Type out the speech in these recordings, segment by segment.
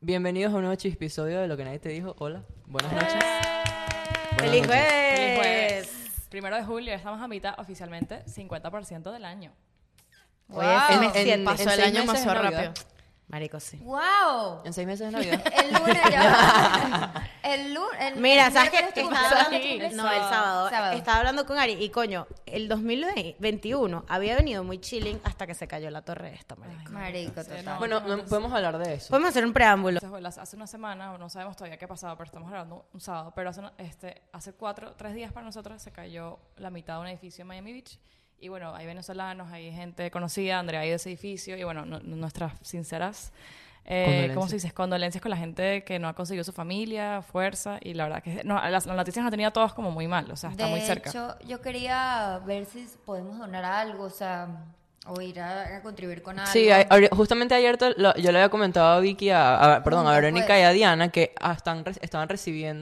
Bienvenidos a un nuevo episodio de Lo que nadie te dijo. Hola, buenas noches. Buenas ¡Feliz noches. jueves! Feliz jueves. Primero de julio, ya estamos a mitad oficialmente, 50% del año. Oye, En- me en- siento- en pasó el seis año meses demasiado es Navidad. rápido. Marico, sí. ¡Wow! En seis meses es Navidad. El lunes ya. el lunes. el- Mira, el ¿sabes qué? miércoles tu Estaba cumpleaños, hablando- Sí. no, el sábado. Sábado. Estaba hablando con Ari y coño, el 2021 había venido muy chilling hasta que se cayó la torre esta, marico. Marico, Sí, no. total. Bueno, no podemos hablar de eso. Podemos hacer un preámbulo. Entonces, bueno, hace una semana, no sabemos todavía qué ha pasado, pero estamos grabando un, un sábado. Pero hace, una- este, hace cuatro, tres días para nosotros se cayó la mitad de un edificio en Miami Beach. Y bueno, hay venezolanos, hay gente conocida, Andrea ha ido a ese edificio. Y bueno, no- nuestras sinceras, eh, Condolencias. ¿cómo se dice? Condolencias con la gente que no ha conseguido su familia, fuerza. Y la verdad que no, las, las noticias nos han tenido a todos como muy mal, o sea, está de muy cerca. hecho, yo quería ver si podemos donar algo, o sea, o ir a, a contribuir con Ah, algo. Sí, a- ahori- justamente ayer to- lo- yo le había comentado a Vicky, a, a- perdón, a Nunca Verónica fue. y a Diana que ah, están re- estaban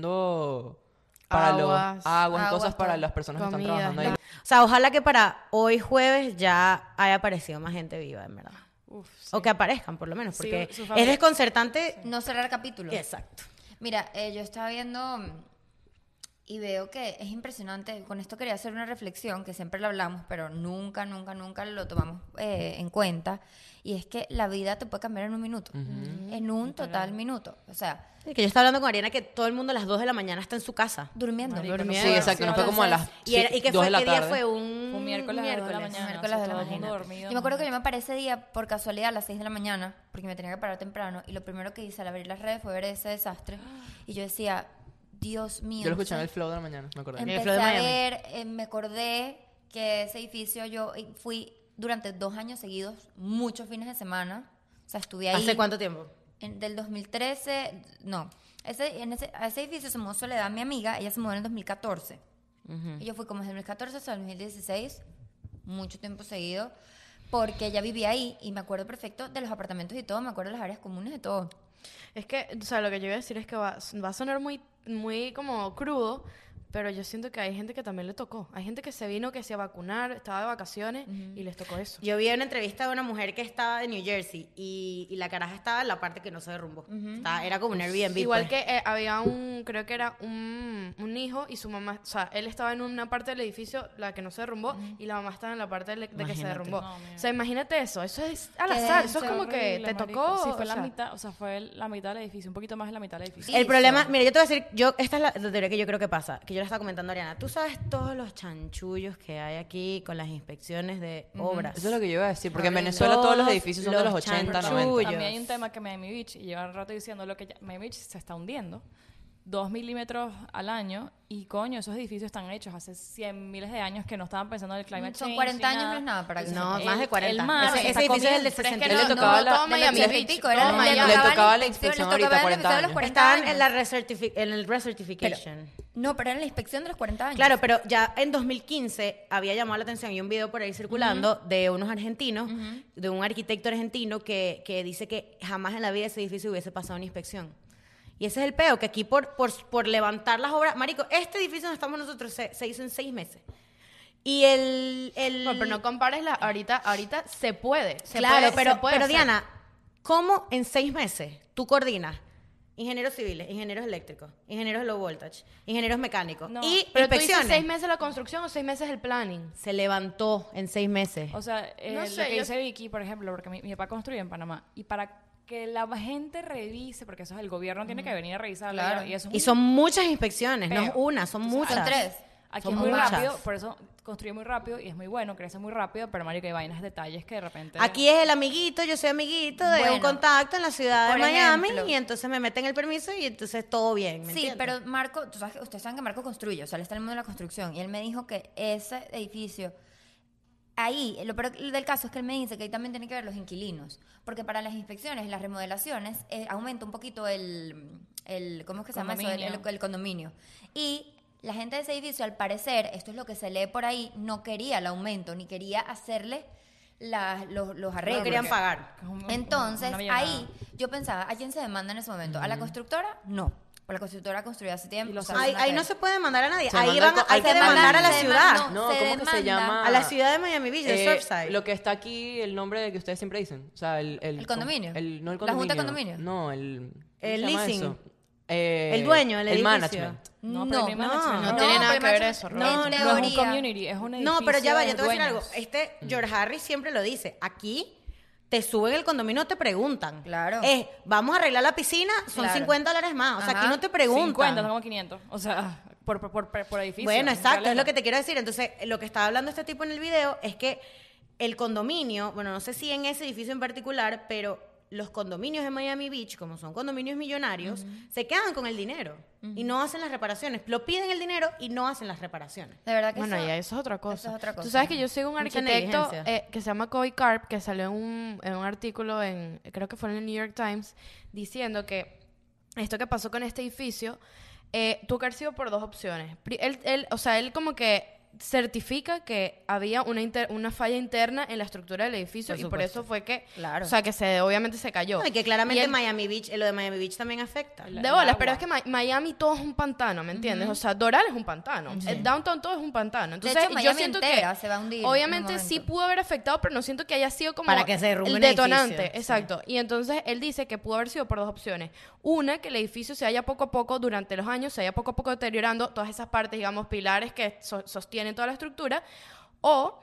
recibiendo para los- Aguas. aguas, y cosas Aguas, para todo. las personas que están Comida. trabajando ahí. O sea, ojalá que para hoy jueves ya haya aparecido más gente viva, en verdad. Uf, sí. O que aparezcan, por lo menos, Sí, porque su es familia- desconcertante. No cerrar capítulos. Exacto. Mira, eh, yo estaba viendo mm, y veo que es impresionante. Con esto quería hacer una reflexión que siempre lo hablamos, pero nunca, nunca, nunca lo tomamos eh, en cuenta. Y es que la vida te puede cambiar en un minuto. En un total minuto. O sea, Que yo estaba hablando con Ariana que todo el mundo a las 2 de la mañana está en su casa. durmiendo. Marico, no Sí, exacto, no fue como a las Y, era- y que dos fue, de la ¿qué día tarde. fue un, Fue un miércoles a las dos de la mañana. miércoles de la Todo el mundo mañana. dormido, Yo me acuerdo que yo me paré ese día por casualidad a las 6 de la mañana, porque me tenía que parar temprano, y lo primero que hice al abrir las redes fue ver ese desastre. Y yo decía, Dios mío. Yo lo escuché en ¿sabes el flow de la mañana, me acordé. En el Empecé Flow de a Miami. ver, eh, me acordé que ese edificio yo eh, fui durante dos años seguidos, muchos fines de semana. O sea, estuve ahí. ¿Hace cuánto tiempo? En- del 2013, no. Ese, en ese, a ese edificio se mudó Soledad, mi amiga, ella se mudó en el 2014. Y yo fui como desde el 2014 hasta el 2016, mucho tiempo seguido, porque ella vivía ahí y me acuerdo perfecto de los apartamentos y todo, me acuerdo de las áreas comunes de todo. Es que, o sea, lo que yo iba a decir es que va, va a sonar muy, muy como crudo, pero yo siento que hay gente que también le tocó. Hay gente que se vino, que se a vacunar, estaba de vacaciones y les tocó eso. Yo vi una entrevista de una mujer que estaba en New Jersey y, y la caraja estaba en la parte que no se derrumbó. Estaba- era como un Airbnb. Igual pues. que eh, había un, creo que era un, un hijo y su mamá, o sea, él estaba en una parte del edificio, la que no se derrumbó, y la mamá estaba en la parte de, la- de que se Imagínate. derrumbó. No, mira. o sea, imagínate eso, eso es al Qué azar, eso es denso, como que Eh, Horrible, te marico. tocó. Sí, fue o la sea, mitad, o sea, fue la mitad del edificio, un poquito más de la mitad del edificio. Sí. El hizo. problema, mira, yo te voy a decir, yo, esta es la, la teoría que yo creo que pasa, que yo le estaba comentando a Ariana. Tú sabes todos los chanchullos que hay aquí con las inspecciones de obras. Eso es lo que yo iba a decir, porque en Horrible. Venezuela todos los Todos edificios son de los los 80, chanchullos. 90. También hay un tema que Miami Beach, y llevan rato diciendo lo que ya- Miami Beach se está hundiendo. Dos milímetros al año, y coño, esos edificios están hechos hace cien miles de años que no estaban pensando en el climate Son change. ni 40 años, no es nada para que No, El- más de 40. el mar Ese- se ese está edificio es el comiendo. de Pero es que 60. no- Le tocaba no, la- todo Miami Ochenta y Beach, pico, era todo la- Miami le Beach. tocaban tocaba la la inspección inspección, le ahorita, tocaba 40 la inspección a los años. 40 Estaban años. en, la recertifi- en el recertification. No, pero era la inspección de los 40 años. Claro, pero ya en 2015 había llamado la atención y un video por ahí circulando de unos argentinos, de un arquitecto argentino que, que dice que jamás en la vida ese edificio hubiese pasado una inspección. Y ese es el peo, que aquí por, por, por levantar las obras, Marico, este edificio donde estamos nosotros se, se hizo en seis meses. Y el... el- No, pero no compares la, ahorita, ahorita se puede. se claro, puede- pero, se puede pero hacer. Diana, ¿cómo en seis meses tú coordinas? Ingenieros civiles, ingenieros eléctricos, ingenieros low voltage, ingenieros mecánicos No, y Pero tú dices inspecciones. seis meses la construcción o seis meses el planning. Se levantó en seis meses. O sea, eh, No lo sé, que yo- dice Vicky, por ejemplo, porque mi, mi papá construye en Panamá, y para que la gente revise, porque eso es el gobierno, tiene que venir a revisarlo, Claro. y eso es Y un son muchas inspecciones, no es Pero, una, son entonces, muchas. Son tres. Aquí Son es muy muchas. rápido, por eso construye muy rápido y es muy bueno, crece muy rápido, pero Mario, que hay vainas, detalles que de repente. Aquí es el amiguito, yo soy amiguito de un Bueno, contacto en la ciudad de por Miami ejemplo. y entonces me meten el permiso y entonces todo bien. ¿me Sí, entiendes? pero Marco, tú sabes que- ustedes saben que Marco construye, o sea, él está en el mundo de la construcción y él me dijo que ese edificio, ahí, lo peor del caso es que él me dice que ahí también tiene que ver los inquilinos, porque para las inspecciones y las remodelaciones eh, aumenta un poquito el, el ¿cómo es que se llama eso? El, Condominio. el- el condominio. Y la gente de ese edificio, al parecer, esto es lo que se lee por ahí, no quería el aumento, ni quería hacerle las- los, los arreglos. no querían pagar. que es un- un- Entonces, una millonada. ahí yo pensaba, ¿a quién se demanda en ese momento? ¿A la constructora? No. por la constructora construida hace tiempo. o sea, Ahí, una ahí calle. no se puede demandar a nadie. Se ahí demanda van, co- hay se que demandar a la demanda- ciudad. no, No, se ¿cómo que se demanda llama? A la ciudad de Miami Beach, de Eh, Surfside. Lo que está aquí, el nombre que ustedes siempre dicen. O sea, el... ¿El com- condominio? el- no el ¿La condominio. junta de condominio? No, el... El ¿cómo se llama leasing. eso? Eh, El dueño, el El edificio. management. No, No, pero ni no, management, No, No, tiene nada pero que ver imagínate- eso, en Rob. No, No es un teoría. community, es un edificio No, pero ya va, yo de te voy a decir algo. dueños. Este George Harris siempre lo dice. Aquí te suben el condominio, te preguntan. Claro. Es, vamos a arreglar la piscina, son Claro. 50 dólares más. O sea, aquí Ajá. no te preguntan. 50, no como 500. O sea, por, por, por, por edificio. Bueno, un exacto, es problema. lo que te quiero decir. Entonces, lo que estaba hablando este tipo en el video es que el condominio, bueno, no sé si en ese edificio en particular, pero los condominios de Miami Beach, como son condominios millonarios, se quedan con el dinero y no hacen las reparaciones. Lo piden el dinero y no hacen las reparaciones. De verdad que Bueno, eso- ya eso es otra cosa. eso es otra Tú cosa. sabes que yo sigo un Mucha arquitecto negligencia. eh, que se llama Cody Carp, que salió en un, en un artículo, en creo que fue en el New York Times, diciendo que esto que pasó con este edificio eh, tuvo que haber sido por dos opciones. Pri- Él, él- o sea, él como que certifica que había una, inter- una falla interna en la estructura del edificio Por y por supuesto. eso fue que, Claro. o sea, que se, obviamente se cayó. No, y que claramente él- Miami Beach, eh, lo de Miami Beach también afecta. La- de el bolas, agua. pero es que Mi- Miami todo es un pantano, ¿me entiendes? O sea, Doral es un pantano. El downtown todo es un pantano. Entonces, hecho, yo Miami siento entera que se va a hundir en un obviamente sí momento. pudo haber afectado, pero no siento que haya sido como Para que se derrumbe el un detonante, edificio, sí. exacto. Y entonces él dice que pudo haber sido por dos opciones. Una, que el edificio se haya poco a poco durante los años se haya poco a poco deteriorando todas esas partes, digamos, pilares que so- sostienen toda la estructura o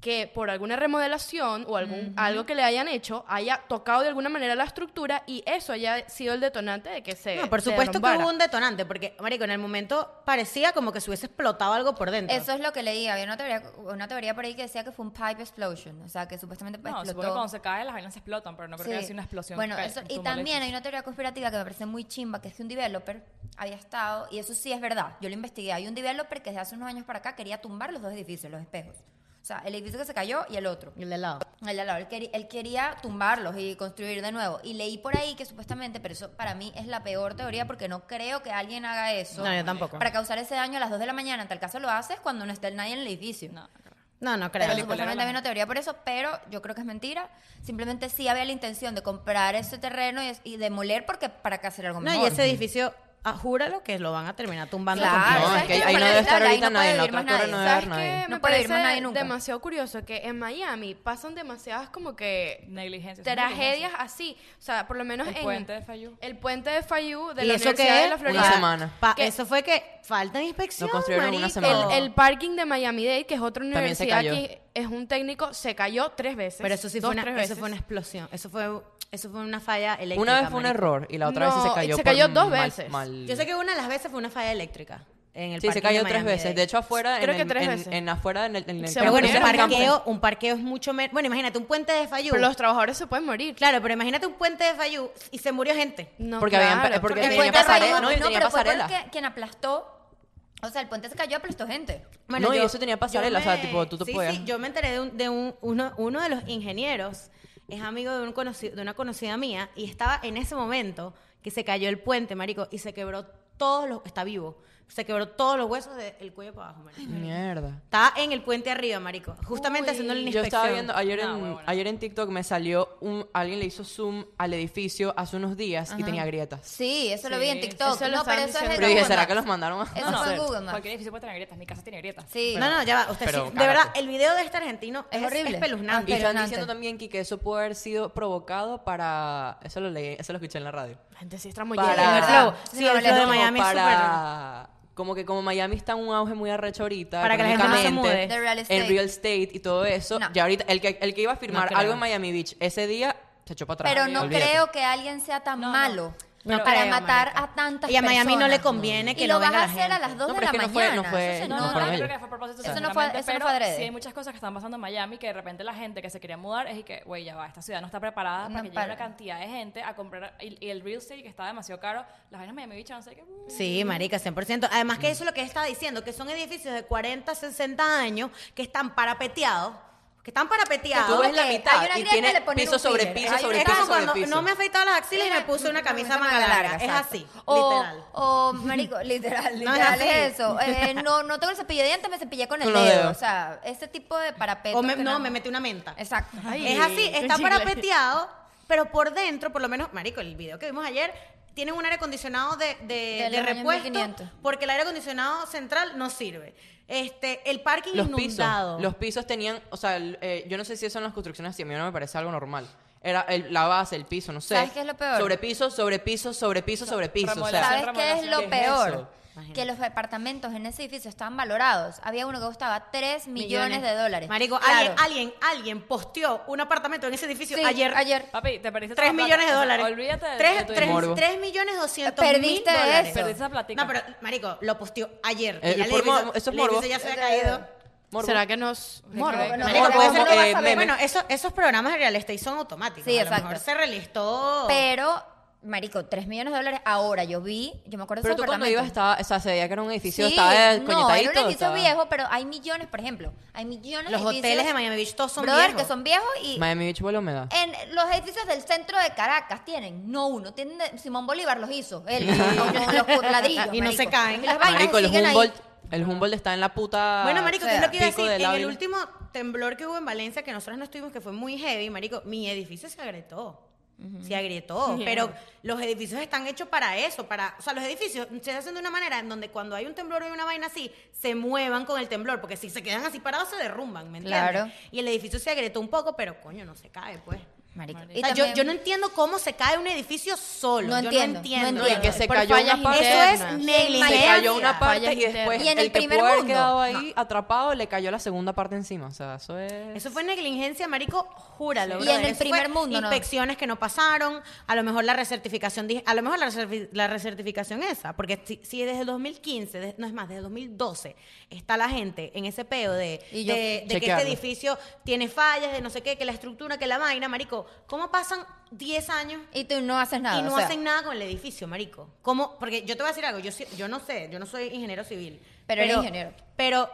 que por alguna remodelación o algún algo que le hayan hecho haya tocado de alguna manera la estructura y eso haya sido el detonante de que se No, por se supuesto que derrumbara. hubo un detonante, porque, marico, en el momento parecía como que se hubiese explotado algo por dentro. Eso es lo que leí. Había una teoría, una teoría por ahí que decía que fue un pipe explosion. O sea, que supuestamente pues, No, supongo que explotó. cuando se cae las vainas se explotan, pero no creo que haya Sí. sido una explosión. Bueno, que eso- cayó, y tumba también leches. hay una teoría conspirativa que me parece muy chimba, que es que un developer había estado, y eso sí es verdad, yo lo investigué, hay un developer que desde hace unos años para acá quería tumbar los dos edificios, los espejos. O sea, el edificio que se cayó y el otro. El de lado. El de al lado, él, queri- él quería tumbarlos y construir de nuevo. Y leí por ahí que supuestamente, pero eso para mí es la peor teoría porque no creo que alguien haga eso. No, yo tampoco. Para causar ese daño a las 2 de la mañana, en tal caso lo haces cuando no esté nadie en el edificio. No, claro. No, no creo. Pero supuestamente había una teoría por eso, pero yo creo que es mentira. Simplemente sí había la intención de comprar ese terreno y, es- y demoler porque para acá hacer algo No, mejor. y ese edificio, ah, júralo que lo van a terminar tumbando. Claro, completo. No, ¿sabes es que qué? ahí no Para debe estar evitarla, ahí ahorita no puede nadie. En la vivir otra torre más nadie. no debe ¿Sabes haber nadie. qué? Me No puede ir más parece nadie nunca. demasiado curioso que en Miami pasan demasiadas como que Negligencias. tragedias así. O sea, por lo menos El en... puente de Fayú. El puente de Fayú de ¿Y la eso Universidad qué de la es? Florida. Una semana. Pa- Que- Eso fue que falta de inspección. Lo construyeron en una marico. El, semana. el parking de Miami-Dade, que es otra También se universidad cayó. aquí, es un técnico, se cayó tres veces. Pero eso sí dos, fue una, tres eso veces. fue una explosión. Eso fue, eso fue una falla eléctrica. Una vez fue un marico. error y la otra vez sí No, se cayó se por cayó dos mal- veces. mal- Yo sé que una de las veces fue una falla eléctrica. En el Sí, se parking de cayó tres Miami-Dade. veces. De hecho, afuera, Creo en, que el- tres en- veces. en afuera, en el, en el Se Pero bueno, campo, un Pero en el campo. parqueo, un parqueo es mucho menos. Bueno, imagínate, un puente de Fayú. Pero los trabajadores se pueden morir. Claro, pero imagínate un puente de Fayú y se murió gente. No, Porque habían- claro. porque El tenía puente de pasarela, Fayú, ¿no? Y tenía pero fue pasarela. porque quien aplastó, o sea, el puente se cayó, aplastó gente. Bueno, no, y yo- eso tenía yo pasarela, o sea, me- tipo, tú te sí, podías... Sí, yo me enteré de, un- de un- uno, uno de los ingenieros, es amigo de, un conoci- de una conocida mía, y estaba en ese momento que se cayó el puente, marico, y se quebró todos los... Está vivo. Se quebró todos los huesos del cuello para abajo, marico. Mierda. Estaba en el puente arriba, marico, justamente haciendo la Yo inspección. estaba viendo, ayer en, No, huevona. ayer en TikTok me salió un... Alguien le hizo zoom al edificio hace unos días y tenía grietas. Sí, eso lo vi en Sí, TikTok. eso lo no, pero eso estaban es diciendo. de Pero dije, Google ¿será Maps. que los mandaron a...? Eso No, fue en no, Google Maps. Cualquier edificio puede tener grietas. Mi casa tiene grietas. Sí. no, no, ya va. Usted Pero sí- de verdad, cágate. el video de este argentino Es es, horrible. Y espeluznante. están Impresionante. diciendo también, Kike, que eso puede haber sido provocado para... Eso lo leí, eso lo escuché en la radio. La gente sí está muy Para- llena. El flow. Sí, Sí, el vale, flow de no, como Miami es súper raro. para como que como Miami está en un auge muy arrecho ahorita Para que la gente no se económicamente, mude. De real estate. en real estate y todo eso No. ya ahorita el que el que iba a firmar creo. algo en Miami Beach ese día se echó para atrás Pero no Olvídate. creo que alguien sea tan malo No para creo, matar marica. a tantas personas. Y a Miami no le conviene que y lo no vas venga a la hacer a gente. las 2 No, de pero la es que no fue- mañana. no fue- Eso se no, No, no no, fueron yo ellos. creo que fue a propósito. Eso no fue- seguramente, eso no pero fue adrede. Sí, hay muchas cosas que están pasando en Miami que de repente la gente que se quería mudar es y que, güey, ya va, esta ciudad no está preparada No para que llegue para. una cantidad de gente a comprar. Y, y el real estate que está demasiado caro, las vainas Miami Beach, no sé qué. Sí, marica, 100%. Además que eso es lo que él estaba diciendo, que son edificios de 40, 60 años que están parapeteados, que están tú parapeteados. ves la Ok, mitad hay una y grieta, tiene le ponen piso un sobre filler. piso Hay sobre Es piso como sobre cuando piso no me afeitaba las axilas y me puse una camisa manga larga. Es exacto. así, o, literal. O, marico, literal, No es literal así. es eso. Eh, no, no tengo el cepillo de dientes, me cepillé con Con el los dedo. dedos. O sea, ese tipo de parapeto. O me- que no, me metí una menta. Exacto. Ay, es así, un está chicle. parapeteado, pero por dentro, por lo menos, marico, el video que vimos ayer tienen un aire acondicionado de, de, De de los años repuesto 1500. porque el aire acondicionado central no sirve. Este, el parking Los inundado. pisos, los pisos tenían, o sea, el- eh, yo no sé si eso en las construcciones así, a mí no me parece algo normal. Era el- la base, el piso, no sé. ¿Sabes qué es lo peor? Sobre piso, sobre piso, sobre piso, sobre piso. O sea, ¿Sabes qué es ¿Qué lo es eso? peor? Imagínate. que los departamentos en ese edificio estaban valorados. Había uno que costaba 3 millones, de dólares. Marico, Claro. alguien, alguien, alguien posteó un apartamento en ese edificio Sí, ayer. ayer. Papi, te perdiste 3 toda la millones plata. O de sea, dólares. olvídate de, de tu Tres- tres- dinero. Morbo. tres millones doscientos mil Perdiste dólares. eso. Perdiste esa platica. No, pero, marico, lo posteó ayer. Eh, y ya le por digo, mo- eso es le digo, morbo. ya se ha caído. Morbo. ¿Será que nos... Morbo. no, Marico, Morbo, pero eso no lo vas eh, a ver. meme. Bueno, eso- esos programas de real estate son automáticos. Sí, a exacto. lo mejor se relistó. Pero, marico, 3 millones de dólares ahora. Yo vi, yo me acuerdo de Pero ese tú cuando apartamento. ibas este estaba, o sea, se veía que era un edificio, Sí, estaba eh, no, era un coñetadito, edificio estaba- viejo, pero hay millones, por ejemplo, hay millones los de edificios, hoteles de Miami Beach todos son brother, viejos. que son viejos y Eh, Miami Beach huele a humedad. en los edificios del centro de Caracas tienen, no uno, tienen de- Simón Bolívar los hizo, él, con, con los cu- ladrillos, Y no marico. se caen. Y las vainas Marico, el siguen ahí. Humboldt, el Humboldt está en la puta... Bueno, marico, Ah, o ¿qué es sea, lo que iba a pico decir? del En el Ávila. último temblor que hubo en Valencia, que nosotros no estuvimos, que fue muy heavy, marico, mi edificio se agrietó. Se agrietó, pero los edificios están hechos para eso, para, o sea, los edificios se hacen de una manera en donde cuando hay un temblor o una vaina así, se muevan con el temblor, porque si se quedan así parados se derrumban, ¿me entiendes? Claro. Y el edificio se agrietó un poco, pero coño, no se cae, pues. Marico. O Y sea, yo, también- yo no entiendo cómo se cae un edificio solo. No yo entiendo, no entiendo. entiendo. Y que se Por cayó fallas una parte... Eso es Se negligencia. Se cayó una parte Fallas y después internas. Y en el, el que primer pudo haber mundo, quedado ahí atrapado le cayó la segunda parte encima. O sea, eso es... Eso fue negligencia, marico, júralo. Y brother. en el Eso fue primer mundo, ¿no? Inspecciones que no pasaron, a lo mejor la recertificación, di- a lo mejor la, recerfi- la recertificación esa, porque si, si desde el 2015, de- no es más, desde el 2012, está la gente en ese peo de, Y yo- de- de que este Chequearlo. edificio tiene fallas, de no sé qué, que la estructura, que la vaina, marico, ¿cómo pasan 10 años Y tú no haces nada. y no o sea, hacen nada con el edificio, marico. ¿Cómo? Porque yo te voy a decir algo, yo, sí- yo no sé, yo no soy ingeniero civil. Pero eres ingeniero. Pero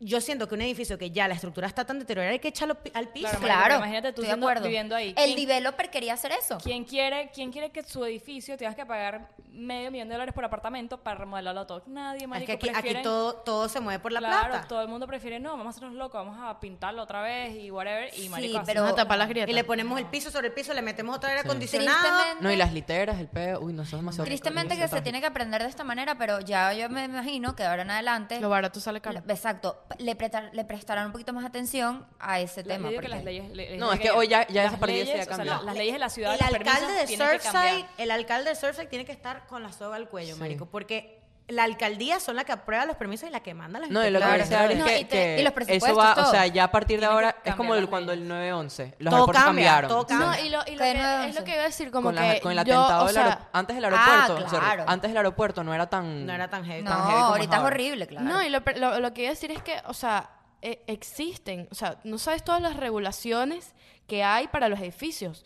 yo siento que un edificio que ya la estructura está tan deteriorada hay que echarlo pi- al piso. Claro, Claro, Marico, imagínate tú estoy de siendo- acuerdo. viviendo ahí. El ¿Quién- developer quería hacer eso. ¿Quién quiere, ¿Quién quiere que su edificio tengas que pagar medio millón de dólares por apartamento para remodelarlo todo? Nadie, es marico, que aquí, aquí prefieren- todo, todo se mueve por la claro, plata. todo el mundo prefiere, no, vamos a hacernos locos, vamos a pintarlo otra vez y whatever. Y Sí, marico, así pero- van a tapar las grietas. Y le ponemos el piso sobre el piso, le metemos otro aire Sí. acondicionado. Tristemente- No, y las literas, el pedo... Uy, no, eso es demasiado... Tristemente que se tiene que aprender de esta manera, pero ya yo me imagino que de ahora en adelante... Lo barato sale caro. le- Exacto, le, prestar- le prestarán un poquito más atención a ese La- yo tema. digo porque- que las leyes, le- No, es que leyes- hoy ya- ya las esa partida se leyes, ha o sea, cambiado. la- las leyes de la ciudad, el los alcalde permisos de tienen que cambiar. Surfside, el alcalde de Surfside tiene que estar con la soga al cuello, Sí. marico, porque la alcaldía son la que aprueba los permisos y la que manda las No, y lo que Claro, decía Ari es no, que, y te- que y los eso presupuestos, va, o todo. sea, ya a partir de Tienen que ahora es cambiar como las el- cuando el 9-11, los Todo aeropuertos cambia, cambiaron. todo cambia. No, y lo, y lo Que que, no es lo sé. que iba a decir, como con, la- que con el yo, atentado o del sea, aero- antes del aeropuerto, Ah, sorry, claro. antes del aeropuerto no era tan No era tan heavy. No, tan heavy como ahorita es ahora. horrible, claro. No, y lo, pe- lo- lo que iba a decir es que, o sea, e- existen, o sea, no sabes todas las regulaciones que hay para los edificios.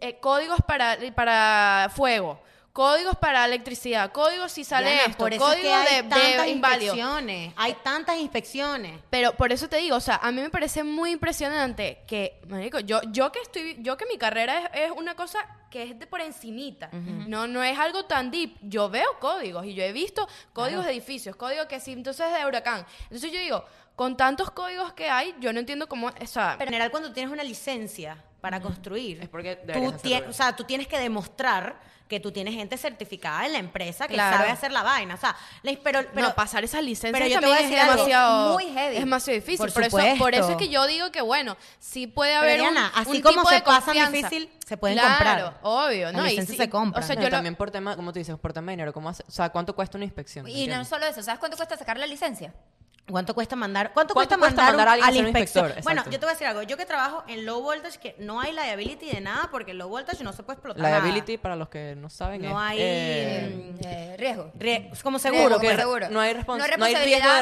Eh, códigos para, para fuego, códigos para electricidad, códigos si sale Diana, esto, por eso es código que hay de- de, tantas inválido. inspecciones. Hay tantas inspecciones. Pero por eso te digo, o sea, a mí me parece muy impresionante que, marico, yo, yo que estoy, yo que mi carrera es, es una cosa que es de por encimita, no, no es algo tan deep. Yo veo códigos y yo he visto códigos de edificios, códigos que sí, entonces de huracán. Entonces yo digo, con tantos códigos que hay, yo no entiendo cómo, o sea, Pero en general, cuando tienes una licencia para construir, Es porque tú, deberías tie- hacerlo. o sea, tú tienes que demostrar que tú tienes gente certificada en la empresa que Claro. sabe hacer la vaina. O sea, la- pero, pero no, pasar esas licencias pero yo te también voy a es decir algo demasiado, muy heavy. es demasiado difícil. Por Por, eso, por supuesto. eso es que yo digo que, bueno, sí puede Pero, haber un- Diana, un, así como tipo se de pasan confianza. difícil, se pueden Claro, comprar. obvio, Las ¿no? Y licencias sí- se compran. O sea, No, yo y lo- también por tema, como tú dices, por tema de dinero, ¿cómo hace- o sea, ¿cuánto cuesta una inspección? Y no ¿Entiendes? solo eso, ¿sabes cuánto cuesta sacar la licencia? ¿Cuánto cuesta mandar? ¿Cuánto, ¿Cuánto cuesta, cuesta mandar, mandar a alguien un- a al ser un inspector? inspector? Bueno, Exacto. yo te voy a decir algo. Yo que trabajo en low voltage, que no hay liability de nada porque el low voltage no se puede explotar. La nada. liability, para los que no saben, No es, hay, eh, Mm. Eh, riesgo. Re- como Riesgo, seguro. como que pues. seguro. no hay, No hay respons- no hay riesgo de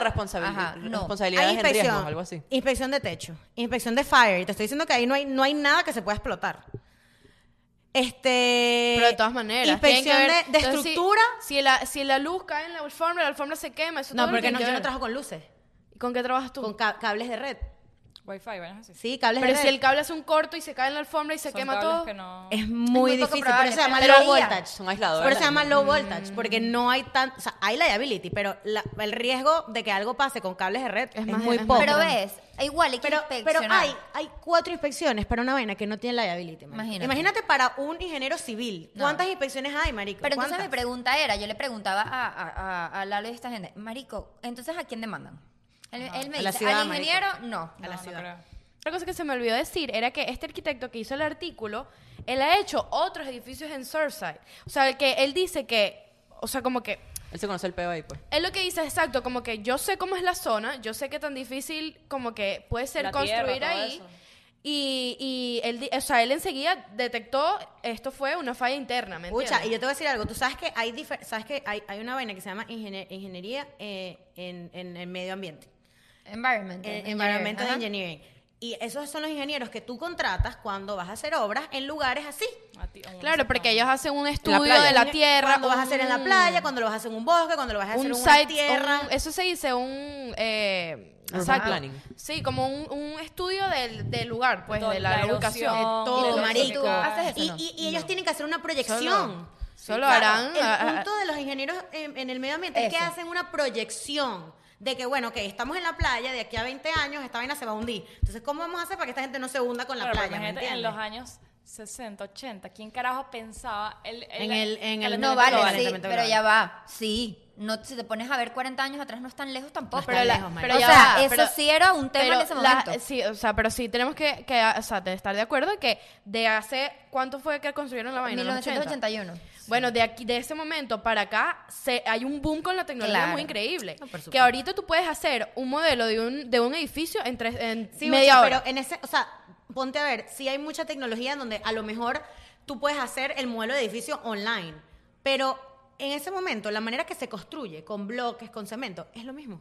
responsabilidad. responsabilidad. Ajá, no. Responsabilidades en riesgo, algo así. Inspección de techo, inspección de fire. Te estoy diciendo que ahí no hay, no hay nada que se pueda explotar. Este. Pero de todas maneras. tienen que Inspección ver- de, de entonces, si- estructura. Si, la, si la luz cae en la alfombra, la alfombra se quema. Eso no, todo lo porque tiene no, que yo no ver. trabajo con luces, ¿Y ¿Con qué trabajas tú? con ca- cables de red. Wi-Fi, bueno, así. Sí, cables de Pero red. si el cable hace un corto y se cae en la alfombra y se Son quema cables todo. que no... Es muy muy poco difícil, por probable, eso se llama pero low había. voltage. Son aisladores. Por eso se llama low Mm. voltage, porque no hay tan, o sea, hay liability, pero la- el riesgo de que algo pase con cables de red es, más- muy es más poco. Pero ves, igual hay que pero, pero inspeccionar. hay, hay cuatro inspecciones para una vaina que no tiene liability. marico. Imagínate. para un ingeniero civil. No. ¿Cuántas inspecciones hay, marico? Pero entonces mi ¿Cuántas? pregunta era, yo le preguntaba a, a, a- a Lalo y esta gente, Marico, entonces ¿a quién demandan? Él, él me A la dice, ciudad, al ingeniero, no. no, la no ciudad. creo. Otra cosa que se me olvidó decir era que este arquitecto que hizo el artículo, él ha hecho otros edificios en Surfside. O sea, que él dice que, o sea, como que Él se conoce el peo ahí, pues. Él lo que dice es exacto, como que yo sé cómo es la zona, yo sé qué tan difícil como que puede ser La tierra, construir todo ahí. eso. Y, y él, di- o sea, él enseguida detectó esto fue una falla interna, ¿me Pucha, y entiendes? yo te voy a decir algo. Tú sabes que hay, difer- sabes que hay, hay una vaina que se llama ingenie- ingeniería eh, en, en el medio ambiente. Environment. Eh, engineer, Environmental ajá. Engineering. Y esos son los ingenieros que tú contratas cuando vas a hacer obras en lugares así. A ti- a un- Claro, porque ellos hacen un estudio playa. de la tierra. Cuando vas a hacer en la un- playa, cuando lo vas a hacer en un bosque, cuando lo vas a hacer en un site, una tierra. un- eso se dice un... eh, Urban planning. Sí, como un, un estudio del, del lugar, pues, Todo, de la, la educación. erosión, todo, Y lo- marico. tú haces eso, Y, no. y- y ellos tienen que hacer una proyección. Solo, solo Claro, harán... ah, ah, El punto de los ingenieros en, en el medio ambiente es que Eso. hacen una proyección de que, bueno, que estamos en la playa, de aquí a 20 años esta vaina se va a hundir. Entonces, ¿cómo vamos a hacer para que esta gente no se hunda con la Claro, pero playa? ¿me imagínate, en entiendes? los años 60, 80, ¿quién carajo pensaba el, En el- en el- No Calentamiento global, vale, sí, calentamiento pero global. ya va. Sí, no, si te pones a ver 40 años atrás no es tan lejos tampoco. Pero, la- lejos, marico. pero o ya sea, va, eso pero- sí era un tema pero en ese la- momento. sí, o sea, pero sí tenemos que, que, o sea, de estar de acuerdo que de hace cuánto fue que construyeron la vaina, ¿Los 80? 1981. Bueno, de aquí de ese momento para acá se, hay un boom con la tecnología Claro. muy increíble, No, por supuesto. que ahorita tú puedes hacer un modelo de un de un edificio en tres en Sí, media Uchi, hora. Pero en ese, o sea, ponte a ver, si hay mucha tecnología en donde a lo mejor tú puedes hacer el modelo de edificio online, pero en ese momento la manera que se construye con bloques, con cemento, es lo mismo.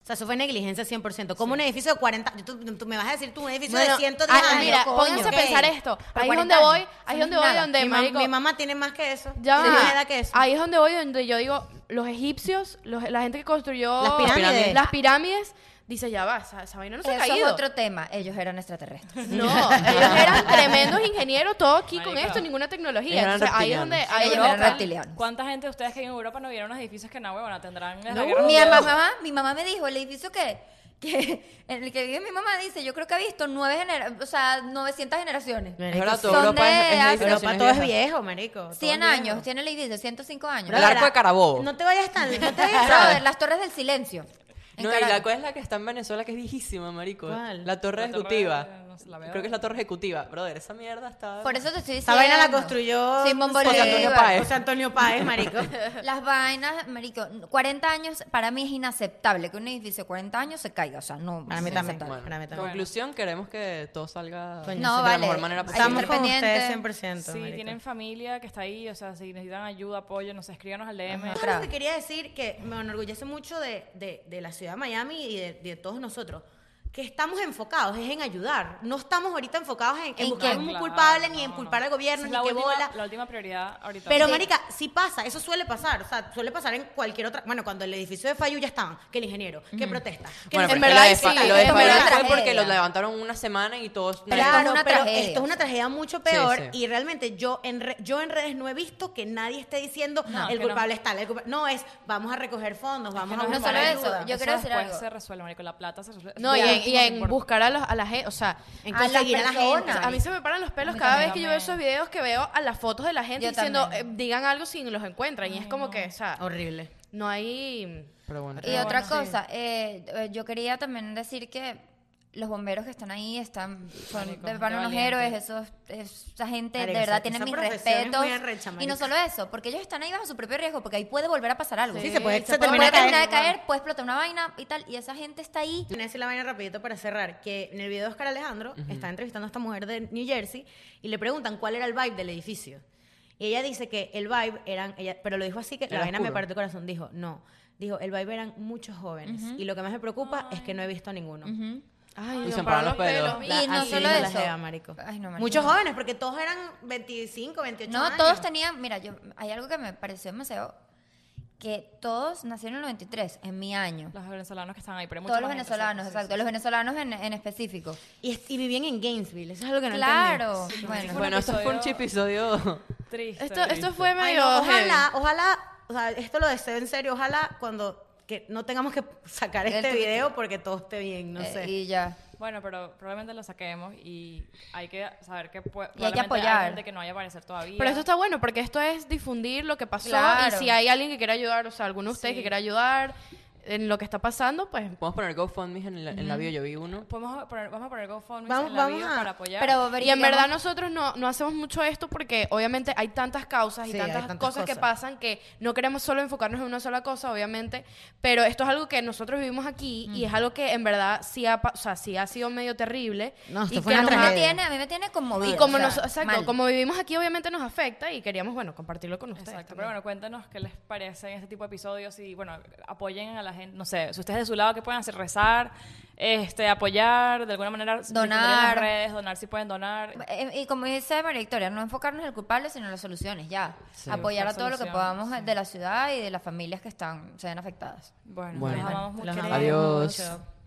O sea, eso fue negligencia 100%. Como un edificio de 40... yo- Tú, tú me vas a decir tú un edificio Bueno, de 110 ah, años. mira, coño. pónganse a Ok. pensar esto. Pero Ahí es donde 40 voy, años, ahí eso es donde no es voy nada. donde mi, mam- marico, mi mamá tiene más que eso. ya Ah, Tiene va. más edad que eso. Ahí es donde voy, donde yo digo, los egipcios, los- la gente que construyó Las pirámides. las pirámides, dice, ya va, esa, esa vaina no se ha Eso es caído. otro tema. Ellos eran extraterrestres. No, ellos eran tremendos ingenieros, todo aquí con Marica. esto, ninguna tecnología. Ellos eran Entonces, ahí es donde reptilianos. ahí Ellos es donde- eran reptilianos. ¿Cuánta gente de ustedes que viven en Europa no vieron los edificios que, no, huevona, tendrán desde la No, guerra mi, mundial? mamá, mi mamá me dijo, el edificio que, que en el que vive mi mamá dice, yo creo que ha visto nueve genera- o sea, 900 generaciones. Mira, Es verdad, que toda son Europa es- de es, de hace- Europa edificaciones todo es viejas. viejo, marico. todo es 100 viejo. años, tiene el edificio, 105 años. El arco de Carabobo. No te vayas tan... No te vayas Brother, las Torres del Silencio. en No, y la Caracas. cual es la que está en Venezuela que es viejísima, marico. ¿Cuál? La torre La torre, ejecutiva. no sé, la veo. Creo que es la torre ejecutiva. Brother, esa mierda está. Por eso te estoy Esa diciendo. vaina la construyó Simón José Antonio Bolívar. Páez. José Antonio Páez, marico. Las vainas, marico, 40 años para mí es inaceptable que un edificio de 40 años se caiga, o sea, no. Para mí también. es inaceptable. Bueno, Para mí también. conclusión, queremos que todo salga Coño, No, de vale. la mejor manera Hay que posible. Estamos estar con ustedes pendientes. 100%. Si marico. tienen familia que está ahí, o sea, si necesitan ayuda, apoyo, no sé, escríbanos al DM. Ajá. Todo lo que quería decir que me enorgullece mucho de, de- de la ciudad de Miami y de, de todos nosotros. Que estamos enfocados es en ayudar. No estamos ahorita enfocados en, en ¿En buscar qué? un Claro, culpable, ni en no, culpar no. al gobierno, Esa es ni la que última- bola. La última prioridad ahorita. Pero, Sí. marica, sí pasa, eso suele pasar. O sea, suele pasar en cualquier otra. Bueno, cuando el edificio de Fayu ya estaban, que el ingeniero, que protesta. Que Bueno, no sé pero en es pues, que lo de qué. verdad sí, Fa- esto lo de es Falla una fue porque tragedia. lo levantaron una semana y todos. Pero Claro, esto es una pero tragedia. esto es una mucho Sí, peor. sí. Y realmente yo en, re- yo en redes no he visto que nadie esté diciendo No, que el no. culpable es tal. el culpa-". No, es vamos a recoger fondos, vamos no a es buscar solo eso, ayuda. yo quiero decir después algo. se resuelve, marico, la plata se resuelve. No, y Ya, en, y en por- buscar a, los, a la gente, o sea, En A la conseguir a la gente. persona. a mí se me paran los pelos mí cada también, vez que yo veo también. esos videos que veo a las fotos de la gente Yo diciendo, también. eh, digan algo si los encuentran. y es como que, o sea, Horrible. no hay... Pero bueno. Y otra cosa, eh, eh, yo quería también decir que los bomberos que están ahí están Marico, son de gente verdad unos valiente. héroes, esos, esa gente Marico, de esa- verdad tiene esa mis profesión es respetos. muy arrecha, y no marico. solo eso, porque ellos están ahí bajo su propio riesgo, porque ahí puede volver a pasar algo. Sí, se puede- se Puede termina de caer. terminar de caer, puede explotar una vaina y tal, y esa gente está ahí. Voy a decir la vaina rapidito para cerrar, que en el video de Oscar Alejandro está entrevistando a esta mujer de New Jersey y le preguntan cuál era el vibe del edificio. Y ella dice que el vibe eran, ella, pero lo dijo así que la Era vaina me oscuro. partió el corazón, dijo, no, dijo, el vibe eran muchos jóvenes y lo que más me preocupa es que no he visto a ninguno. Ay, Y no, se me para paran los pelos. Y no así solo dijo la eso. jeva, marico. Ay, no, marico. Muchos jóvenes, porque todos eran 25, 28 No, años. todos tenían, mira, yo hay algo que me pareció demasiado que todos nacieron en el 93, en mi año. Los venezolanos que están ahí, pero hay Todos mucha los más gente, ¿sabes? venezolanos, Sí, exacto. sí, Los venezolanos en, en específico. Y, es- y vivían en Gainesville, eso es algo que no entendí. Claro. sí. Bueno, Bueno, esto fue un episodio- episodio. Triste. Esto, esto triste. fue Ay, medio... no, heavy. ojalá, ojalá, o sea, esto lo deseo en serio, ojalá cuando que no tengamos que sacar El este tuit. video porque todo esté bien, no eh, sé. y ya. Bueno, pero probablemente lo saquemos y hay que saber que puede, Y hay que probablemente apoyar. gente que no vaya a aparecer todavía. Pero esto está bueno porque esto es difundir lo que pasó Claro. y si hay alguien que quiera ayudar, o sea, alguno de ustedes que Sí. quiera ayudar en lo que está pasando, pues Podemos poner GoFundMe en la, en la bio, yo vi uno. Podemos poner, vamos a poner GoFundMe Vamos- en la vamos bio a- para apoyar. Pero Y en verificamos- verdad nosotros no, no hacemos mucho esto porque obviamente hay tantas causas y Sí, hay tantas, tantas cosas, que cosas. pasan que no queremos solo enfocarnos en una sola cosa, obviamente, pero esto es algo que nosotros vivimos aquí y es algo que en verdad sí ha, pa- o sea, sí ha sido medio terrible. No, esto y fue que una nos a mí me ha- tragedia. tiene, a mí me tiene conmovida. y como, o sea, nos- exacto, mal. como vivimos aquí obviamente nos afecta y queríamos, bueno, compartirlo con ustedes. Exacto, también. pero bueno, cuéntanos qué les parecen este tipo de episodios y bueno, apoyen a la gente, no sé, si ustedes de su lado, ¿qué pueden hacer? Rezar, este, apoyar, de alguna manera difundir en las Donar. redes, donar si pueden donar. Eh, Y como dice María Victoria, no enfocarnos en el culpable, sino en las soluciones, ya. Apoyar a buscar todo lo que soluciones, podamos sí. de la ciudad y de las familias que están, se ven afectadas. Bueno, Bueno. los amamos mucho. Los amamos Adiós. mucho.